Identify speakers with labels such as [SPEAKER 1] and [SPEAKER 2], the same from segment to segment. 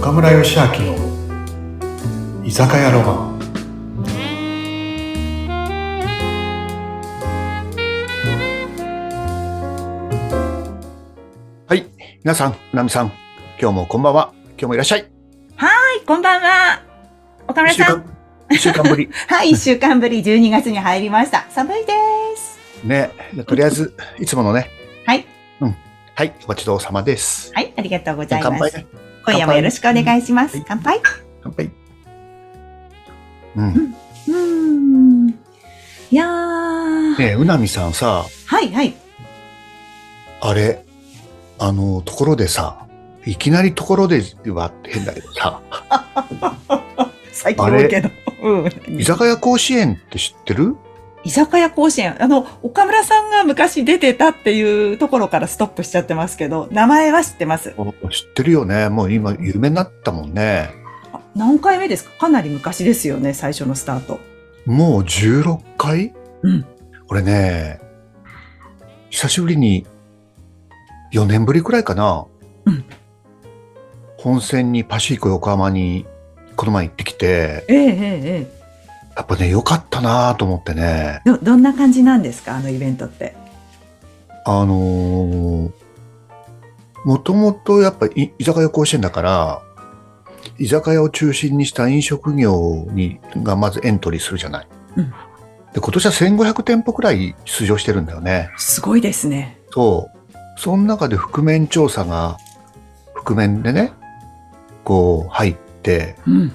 [SPEAKER 1] 岡村義明の居酒屋ロマン
[SPEAKER 2] はい。皆さん、ナミさん、今日もこんばんは。今日もいらっしゃい。
[SPEAKER 3] はい、こんばんは。岡村
[SPEAKER 2] 一週
[SPEAKER 3] さん。
[SPEAKER 2] 間、一週間ぶり。
[SPEAKER 3] はい、一週間ぶり12月に入りました。寒いです。
[SPEAKER 2] ね。とりあえず、いつものね。
[SPEAKER 3] はい。
[SPEAKER 2] うん。はい。ごちそうさまです。
[SPEAKER 3] はい、ありがとうござい
[SPEAKER 2] 乾
[SPEAKER 3] ま
[SPEAKER 2] 杯
[SPEAKER 3] す。
[SPEAKER 2] ね。
[SPEAKER 3] 今夜もよろしくお願いしま
[SPEAKER 2] は
[SPEAKER 3] す
[SPEAKER 2] い。
[SPEAKER 3] 乾杯。
[SPEAKER 2] 乾杯。うん。ね
[SPEAKER 3] うーん。いやー。
[SPEAKER 2] え、うなみさんさ、
[SPEAKER 3] はい、はい。
[SPEAKER 2] あれ、あの、ところでさ、いきなりところでは変だけどさ、
[SPEAKER 3] 最近多いけど。うん。
[SPEAKER 2] 居酒屋甲子園って知ってる
[SPEAKER 3] 居酒屋甲子園。あの、岡村さんが昔出てたっていうところからストップしちゃってますけど、名前は知ってま
[SPEAKER 2] 知
[SPEAKER 3] す。
[SPEAKER 2] ってるよね。もう今、有名になったもんね。
[SPEAKER 3] あ何回目ですかかなり昔ですよね、最初のスタート。
[SPEAKER 2] もう16回
[SPEAKER 3] うん。
[SPEAKER 2] 俺ね、久しぶりに、4年ぶりくらいかな。
[SPEAKER 3] うん
[SPEAKER 2] 本戦にパシーコ横浜に、この前行ってきて、
[SPEAKER 3] ええええええ
[SPEAKER 2] やっぱね、良かったなと思ってね。
[SPEAKER 3] ど、どんな感じなんですかあのイベントって。
[SPEAKER 2] あのー、もともとやっぱい居酒屋甲子園だから、居酒屋を中心にした飲食業にがまずエントリーするじゃない。
[SPEAKER 3] うん
[SPEAKER 2] で今年は1500店舗くらい出場してるんだよね。
[SPEAKER 3] すごいですね。
[SPEAKER 2] そう。その中で覆面調査が、覆面でね、こう入って、
[SPEAKER 3] うん。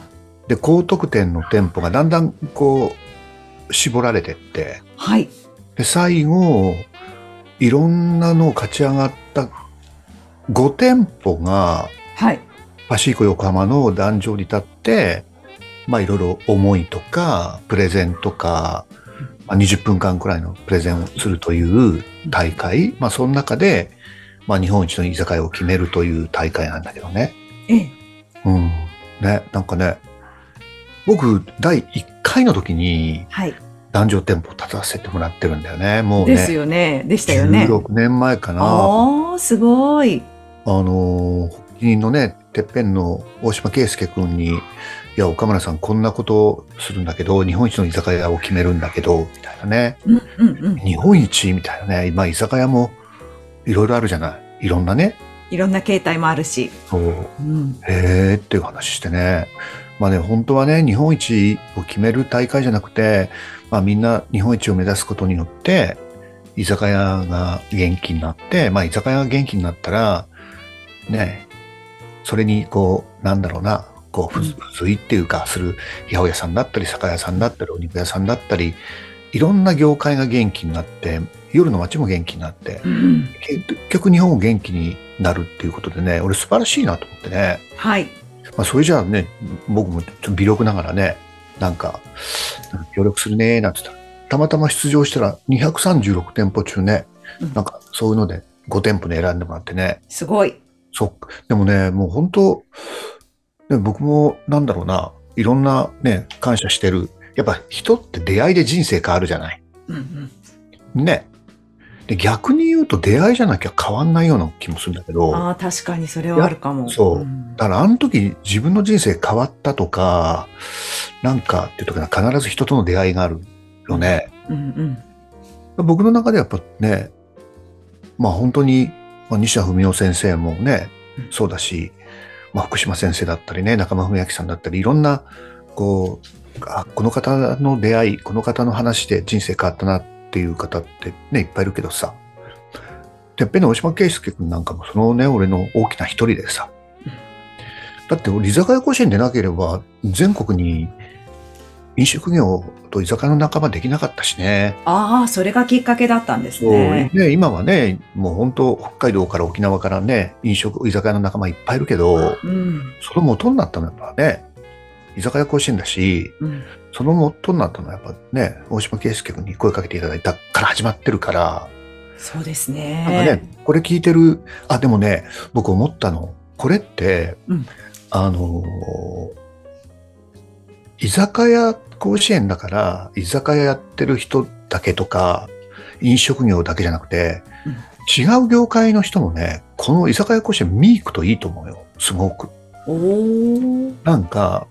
[SPEAKER 2] で、高得点の店舗がだんだんこう、絞られてって、
[SPEAKER 3] はい。
[SPEAKER 2] で、最後、いろんなのを勝ち上がった5店舗が、
[SPEAKER 3] はい。
[SPEAKER 2] パシーコ横浜の壇上に立って、まあいろいろ思いとか、プレゼンとか、まあ、20分間くらいのプレゼンをするという大会。まあその中で、まあ日本一の居酒屋を決めるという大会なんだけどね。
[SPEAKER 3] ええ。
[SPEAKER 2] うん。ね、なんかね、僕、第1回の時に
[SPEAKER 3] はい。
[SPEAKER 2] 壇上店舗立たせてもらってるんだよね。もうね。
[SPEAKER 3] ですよね。でしたよね。
[SPEAKER 2] 16年前かな。
[SPEAKER 3] おー、すごい。
[SPEAKER 2] あのー、発起人のね、てっぺんの大島圭介君に、いや、岡村さんこんなことするんだけど、日本一の居酒屋を決めるんだけど、みたいなね。
[SPEAKER 3] うんうんうん。
[SPEAKER 2] 日本一みたいなね。今、居酒屋もいろいろあるじゃない。いろんなね。
[SPEAKER 3] いろんな形態もあるし。
[SPEAKER 2] そう。
[SPEAKER 3] うん。
[SPEAKER 2] へーっていう話してね。まあね、本当はね、日本一を決める大会じゃなくて、まあみんな日本一を目指すことによって、居酒屋が元気になって、まあ居酒屋が元気になったら、ね、それにこう、なんだろうな、こう、
[SPEAKER 3] う
[SPEAKER 2] 付
[SPEAKER 3] ん
[SPEAKER 2] 随っていうか、する八百屋さんだったり、酒屋さんだったり、お肉屋さんだったり、いろんな業界が元気になって、夜の街も元気になって、
[SPEAKER 3] うん
[SPEAKER 2] 結局日本も元気になるっていうことでね、俺素晴らしいなと思ってね。
[SPEAKER 3] はい。
[SPEAKER 2] まあ、それじゃあね、僕もちょっと微力ながらね、なんか、なんか協力するねーなんて言ったら、たまたま出場したら236店舗中ね、
[SPEAKER 3] うん
[SPEAKER 2] なんかそういうので5店舗で選んでもらってね、
[SPEAKER 3] すごい。
[SPEAKER 2] そっでもね、もう本当、ね、僕もなんだろうな、いろんなね、感謝してる。やっぱ人って出会いで人生変わるじゃない。
[SPEAKER 3] うんうん。
[SPEAKER 2] ね。で逆に言うと出会いじゃなきゃ変わんないような気もするんだけど。
[SPEAKER 3] ああ、確かにそれはあるかも。
[SPEAKER 2] そうんだからあの時自分の人生変わったとか、なんかっていう時には必ず人との出会いがあるよね。
[SPEAKER 3] うんうん。
[SPEAKER 2] 僕の中でやっぱね、まあ本当に、まあ、西田文夫先生もね
[SPEAKER 3] うん、
[SPEAKER 2] そうだし、まあ福島先生だったりね、中間文明さんだったり、いろんな、こう、あ、この方の出会い、この方の話で人生変わったなっていう方ってね、いっぱいいるけどさ、てっぺんの大島圭介君なんかもそのね、俺の大きな一人でさ
[SPEAKER 3] うん、
[SPEAKER 2] だって俺居酒屋甲子園でなければ、全国に飲食業と居酒屋の仲間できなかったしね。
[SPEAKER 3] ああ、それがきっかけだったんです
[SPEAKER 2] そうね
[SPEAKER 3] ね。
[SPEAKER 2] 今はね、もう本当、北海道から沖縄からね、飲食、居酒屋の仲間いっぱいいるけど、
[SPEAKER 3] うん。
[SPEAKER 2] その元になったのはやっぱね、居酒屋甲子園だし、
[SPEAKER 3] うん。
[SPEAKER 2] その元になったのはやっぱね、大島圭介君に声かけていただいたから始まってるから、
[SPEAKER 3] そうです
[SPEAKER 2] なんかね
[SPEAKER 3] ね。、
[SPEAKER 2] これ聞いてる、あ、でもね、僕思ったの、これって、
[SPEAKER 3] うん
[SPEAKER 2] あのー居酒屋甲子園だから、居酒屋やってる人だけとか、飲食業だけじゃなくて、違う業界の人もね、この居酒屋甲子園見に行くといいと思うよ。すごく。
[SPEAKER 3] おお。
[SPEAKER 2] なんか、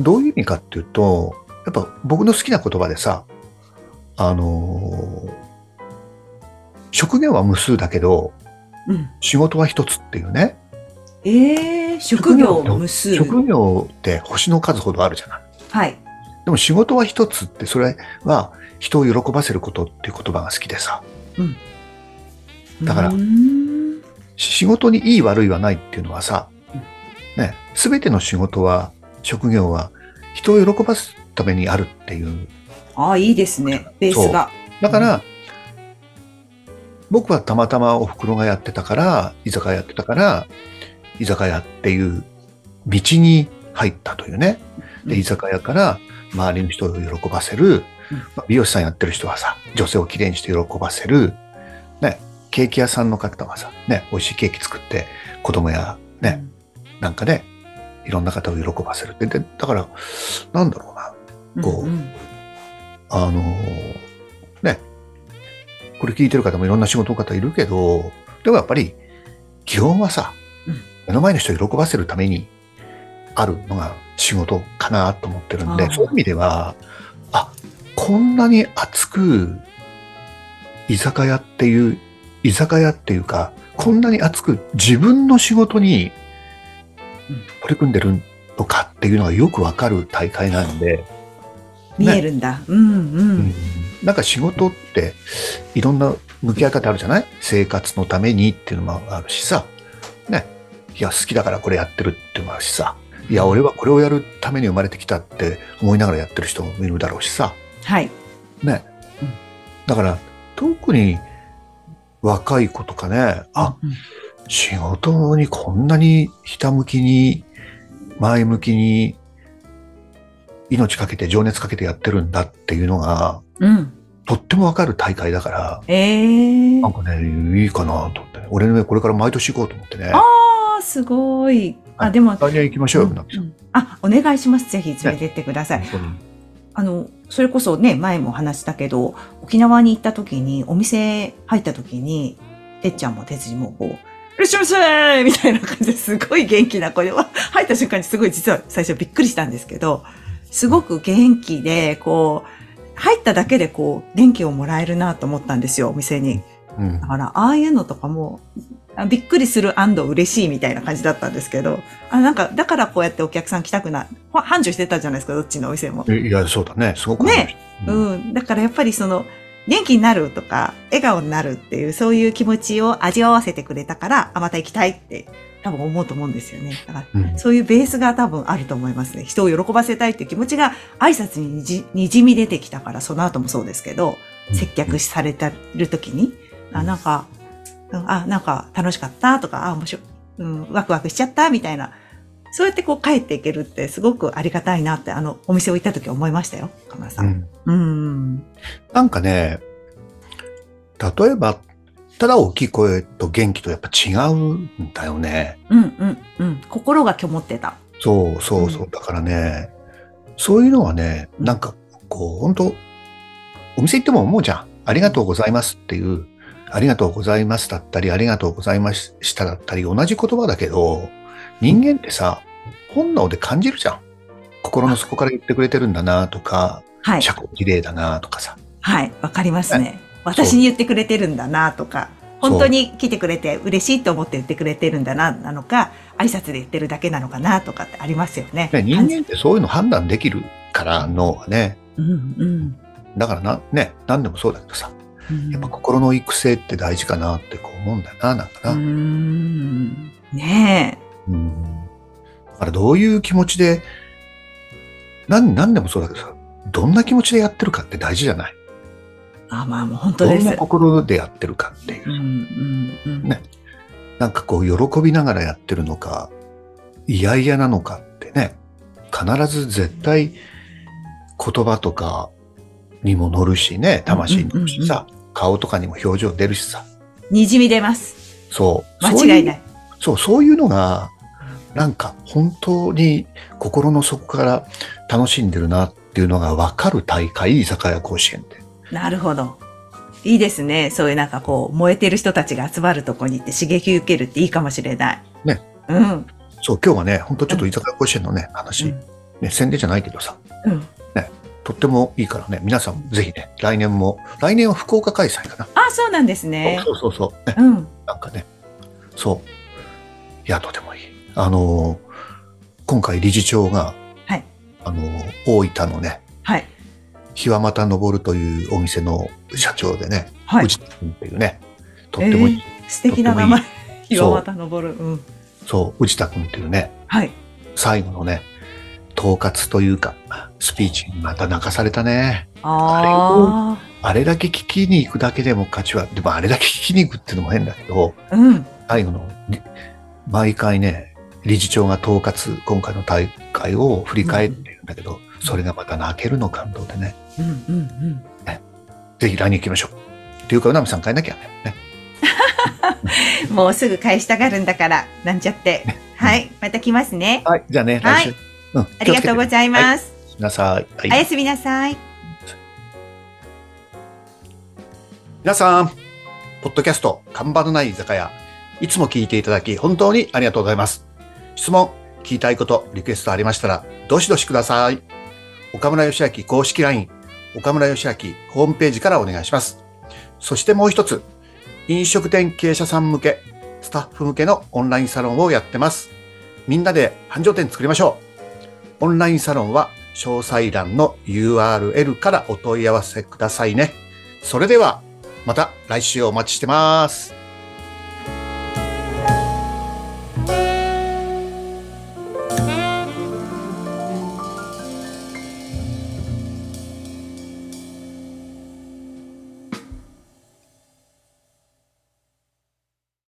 [SPEAKER 2] どういう意味かっていうと、やっぱ僕の好きな言葉でさ、あのー職業は無数だけど、
[SPEAKER 3] うん。
[SPEAKER 2] 仕事は一つっていうね、
[SPEAKER 3] ええ職業無数。
[SPEAKER 2] 職業って星の数ほどあるじゃない。
[SPEAKER 3] はい。
[SPEAKER 2] でも仕事は一つって、それは人を喜ばせることっていう言葉が好きでさ、だから
[SPEAKER 3] うーん
[SPEAKER 2] 仕事にいい悪いはないっていうのはさ、ね、すべての仕事は、職業は人を喜ばすためにあるっていう。
[SPEAKER 3] ああ、いいですね。ベースが。
[SPEAKER 2] だから、僕はたまたまお袋がやってたから、居酒屋やってたから、居酒屋っていう道に入ったというね。で、
[SPEAKER 3] うん
[SPEAKER 2] 居酒屋から周りの人を喜ばせる
[SPEAKER 3] うん、
[SPEAKER 2] まあ美容師さんやってる人はさ、女性をきれいにして喜ばせる、ね、ケーキ屋さんの方はさ、ね、美味しいケーキ作って子供やね、なんかね、いろんな方を喜ばせるって。で、だから、なんだろうな。
[SPEAKER 3] うん。
[SPEAKER 2] こうん
[SPEAKER 3] ん
[SPEAKER 2] あのーね、これ聞いてる方もいろんな仕事の方いるけど、でもやっぱり、基本はさ
[SPEAKER 3] うん、
[SPEAKER 2] 目の前の人を喜ばせるためにあるのが仕事かなと思ってるん
[SPEAKER 3] あ
[SPEAKER 2] で、
[SPEAKER 3] ー
[SPEAKER 2] そういう意味では、あ、こんなに熱く、居酒屋っていう、居酒屋っていうか、こんなに熱く自分の仕事に
[SPEAKER 3] うん
[SPEAKER 2] 取り組んでるのかっていうのがよくわかる大会なんで、
[SPEAKER 3] 見えるんだ。うんうん。
[SPEAKER 2] なんか仕事っていろんな向き合い方あるじゃない生活のためにっていうのもあるしさ。ね。いや、好きだからこれやってるっていうのもあるしさ。いや、俺はこれをやるために生まれてきたって思いながらやってる人もいるだろうしさ。
[SPEAKER 3] はい。
[SPEAKER 2] ね
[SPEAKER 3] うん。
[SPEAKER 2] だから、特に若い子とかね、あ、
[SPEAKER 3] うん、
[SPEAKER 2] 仕事にこんなにひたむきに、前向きに、命かけて情熱かけてやってるんだっていうのが、
[SPEAKER 3] うん。
[SPEAKER 2] とってもわかる大会だから、
[SPEAKER 3] ええ
[SPEAKER 2] なんかね、いいかなと思って、ね、俺のね、これから毎年行こうと思ってね。
[SPEAKER 3] ああ、すごい。
[SPEAKER 2] は
[SPEAKER 3] あ、
[SPEAKER 2] い
[SPEAKER 3] でも、
[SPEAKER 2] 来年行きましょうよ、なきさ。
[SPEAKER 3] うんんあ、お願いします。ぜひ連れてってください。
[SPEAKER 2] 本
[SPEAKER 3] あの、それこそね、前もお話したけど、沖縄に行った時に、お店入った時に、てっちゃんも哲司もこう、いらっしゃいませみたいな感じですごい元気な子で、わ入った瞬間にすごい実は最初びっくりしたんですけど、すごく元気で、こう、入っただけでこう、元気をもらえるなと思ったんですよ、お店に。
[SPEAKER 2] 当にうん
[SPEAKER 3] だから、ああいうのとかも、あびっくりする嬉しいみたいな感じだったんですけど、あ、なんか、だからこうやってお客さん来たくな、ほ繁盛してたじゃないですか、どっちのお店も。
[SPEAKER 2] えいや、そうだね。すごく
[SPEAKER 3] ね
[SPEAKER 2] う。
[SPEAKER 3] うんん。だからやっぱりその、元気になるとか、笑顔になるっていう、そういう気持ちを味わわせてくれたから、あ、また行きたいって、多分思うと思うんですよね。だから、
[SPEAKER 2] うん
[SPEAKER 3] そういうベースが多分あると思いますね。人を喜ばせたいっていう気持ちが挨拶ににじにじみ出てきたから、その後もそうですけど、接客されてる時に、あ、なんか、うんあ、なんか楽しかったとか、あ、面白い、うん、ワクワクしちゃったみたいな。そうやってこう帰っていけるってすごくありがたいなって、あの、お店を行った時思いましたよ、岡村さ。
[SPEAKER 2] うんん
[SPEAKER 3] うん。
[SPEAKER 2] なんかね、例えば、ただ大きい声と元気とやっぱ違うんだよね。
[SPEAKER 3] うん、うん、うん。心がきょもってた。
[SPEAKER 2] そうそうそうう。だからね、そういうのはね、なんかこう、本当お店行っても思うじゃん。ありがとうございますっていう、ありがとうございますだったり、ありがとうございましただったり、同じ言葉だけど、人間ってさ、本能で感じるじゃん。心の底から言ってくれてるんだなとか、
[SPEAKER 3] はい。
[SPEAKER 2] 社交綺麗だなとかさ。
[SPEAKER 3] はい。わかりますね。私に言ってくれてるんだなとか、
[SPEAKER 2] そう
[SPEAKER 3] 本当に来てくれて嬉しいと思って言ってくれてるんだな、なのか、挨拶で言ってるだけなのかなとかってありますよね。
[SPEAKER 2] ね、人間ってそういうの判断できるから、脳はね。
[SPEAKER 3] うん、うん。
[SPEAKER 2] だからな、ね、何でもそうだけどさ、
[SPEAKER 3] うん
[SPEAKER 2] やっぱ心の育成って大事かなってこう思うんだよな、なんかな。
[SPEAKER 3] うーんね
[SPEAKER 2] うんだからどういう気持ちで、何、何でもそうだけどさ、どんな気持ちでやってるかって大事じゃない
[SPEAKER 3] え。あ、まあもう本当
[SPEAKER 2] ど
[SPEAKER 3] で
[SPEAKER 2] ん
[SPEAKER 3] す
[SPEAKER 2] な。心でやってるかっていうう。
[SPEAKER 3] んうんうん。
[SPEAKER 2] ねなんかこう、喜びながらやってるのか、嫌々なのかってね、必ず絶対言葉とかにも乗るしね、魂に乗るしさ、顔とかにも表情出るしさ、
[SPEAKER 3] にじみ出ます。
[SPEAKER 2] そう。。
[SPEAKER 3] 間違いないい。
[SPEAKER 2] そう、そういうのが、なんか本当に心の底から楽しんでるなっていうのが分かる大会、居酒屋甲子園って。
[SPEAKER 3] なるほど。いいですね。そういうなんかこう、燃えてる人たちが集まるとこに行って刺激受けるっていいかもしれない。
[SPEAKER 2] ね。
[SPEAKER 3] うん。
[SPEAKER 2] そう、今日はね、本当ちょっと居酒屋甲子園のね、話、
[SPEAKER 3] うん
[SPEAKER 2] ね、宣伝じゃないけどさ、
[SPEAKER 3] うん。
[SPEAKER 2] とってもいいからね、皆さんぜひね、来年も、来年は福岡開催かな。
[SPEAKER 3] あ、そうなんですね。
[SPEAKER 2] そうそうそう、ね。
[SPEAKER 3] うん。
[SPEAKER 2] なんかね、そう。いや、とてもいい。あのー今回理事長が、
[SPEAKER 3] はい
[SPEAKER 2] あのー大分のね、
[SPEAKER 3] はい。
[SPEAKER 2] 日はまた登るというお店の社長でね、
[SPEAKER 3] はい。
[SPEAKER 2] 内田君っていうね、とってもいい、
[SPEAKER 3] えー素敵な名前。
[SPEAKER 2] いい
[SPEAKER 3] 岩又登る。うん。
[SPEAKER 2] そう、内田君っていうね、
[SPEAKER 3] はい。
[SPEAKER 2] 最後のね、統括というか、スピーチにまた泣かされたね。
[SPEAKER 3] あ
[SPEAKER 2] あれだけ聞きに行くだけでも価値は、でもあれだけ聞きに行くっていうのも変だけど、
[SPEAKER 3] あ。うん。
[SPEAKER 2] 最後の、り毎回ね、理事長が統括、今回の大会を振り返ってるんだけど、それがまた泣けるの感動でね、
[SPEAKER 3] うんうんうん。
[SPEAKER 2] ぜひ来年行きましょう。っていうか、うなみさん変えなきゃね。ね
[SPEAKER 3] もうすぐ返したがるんだから、なんちゃって。はい。また来ますね。
[SPEAKER 2] はい、じゃあね、
[SPEAKER 3] は
[SPEAKER 2] 来
[SPEAKER 3] い
[SPEAKER 2] 週。うん、
[SPEAKER 3] ありがとうございます。
[SPEAKER 2] す。なさい。はい
[SPEAKER 3] おやすみなさい。
[SPEAKER 2] 皆さん、ポッドキャスト、看板のない居酒屋、いつも聞いていただき、本当にありがとうございます。質問、聞きたいこと、リクエストありましたら、どしどしください。岡村義明公式 LINE、岡村義明ホームページからお願いします。そしてもう一つ、飲食店経営者さん向け、スタッフ向けのオンラインサロンをやってます。みんなで繁盛店作りましょう。オンラインサロンは、詳細欄の URL からお問い合わせくださいね。それでは、また来週お待ちしてます。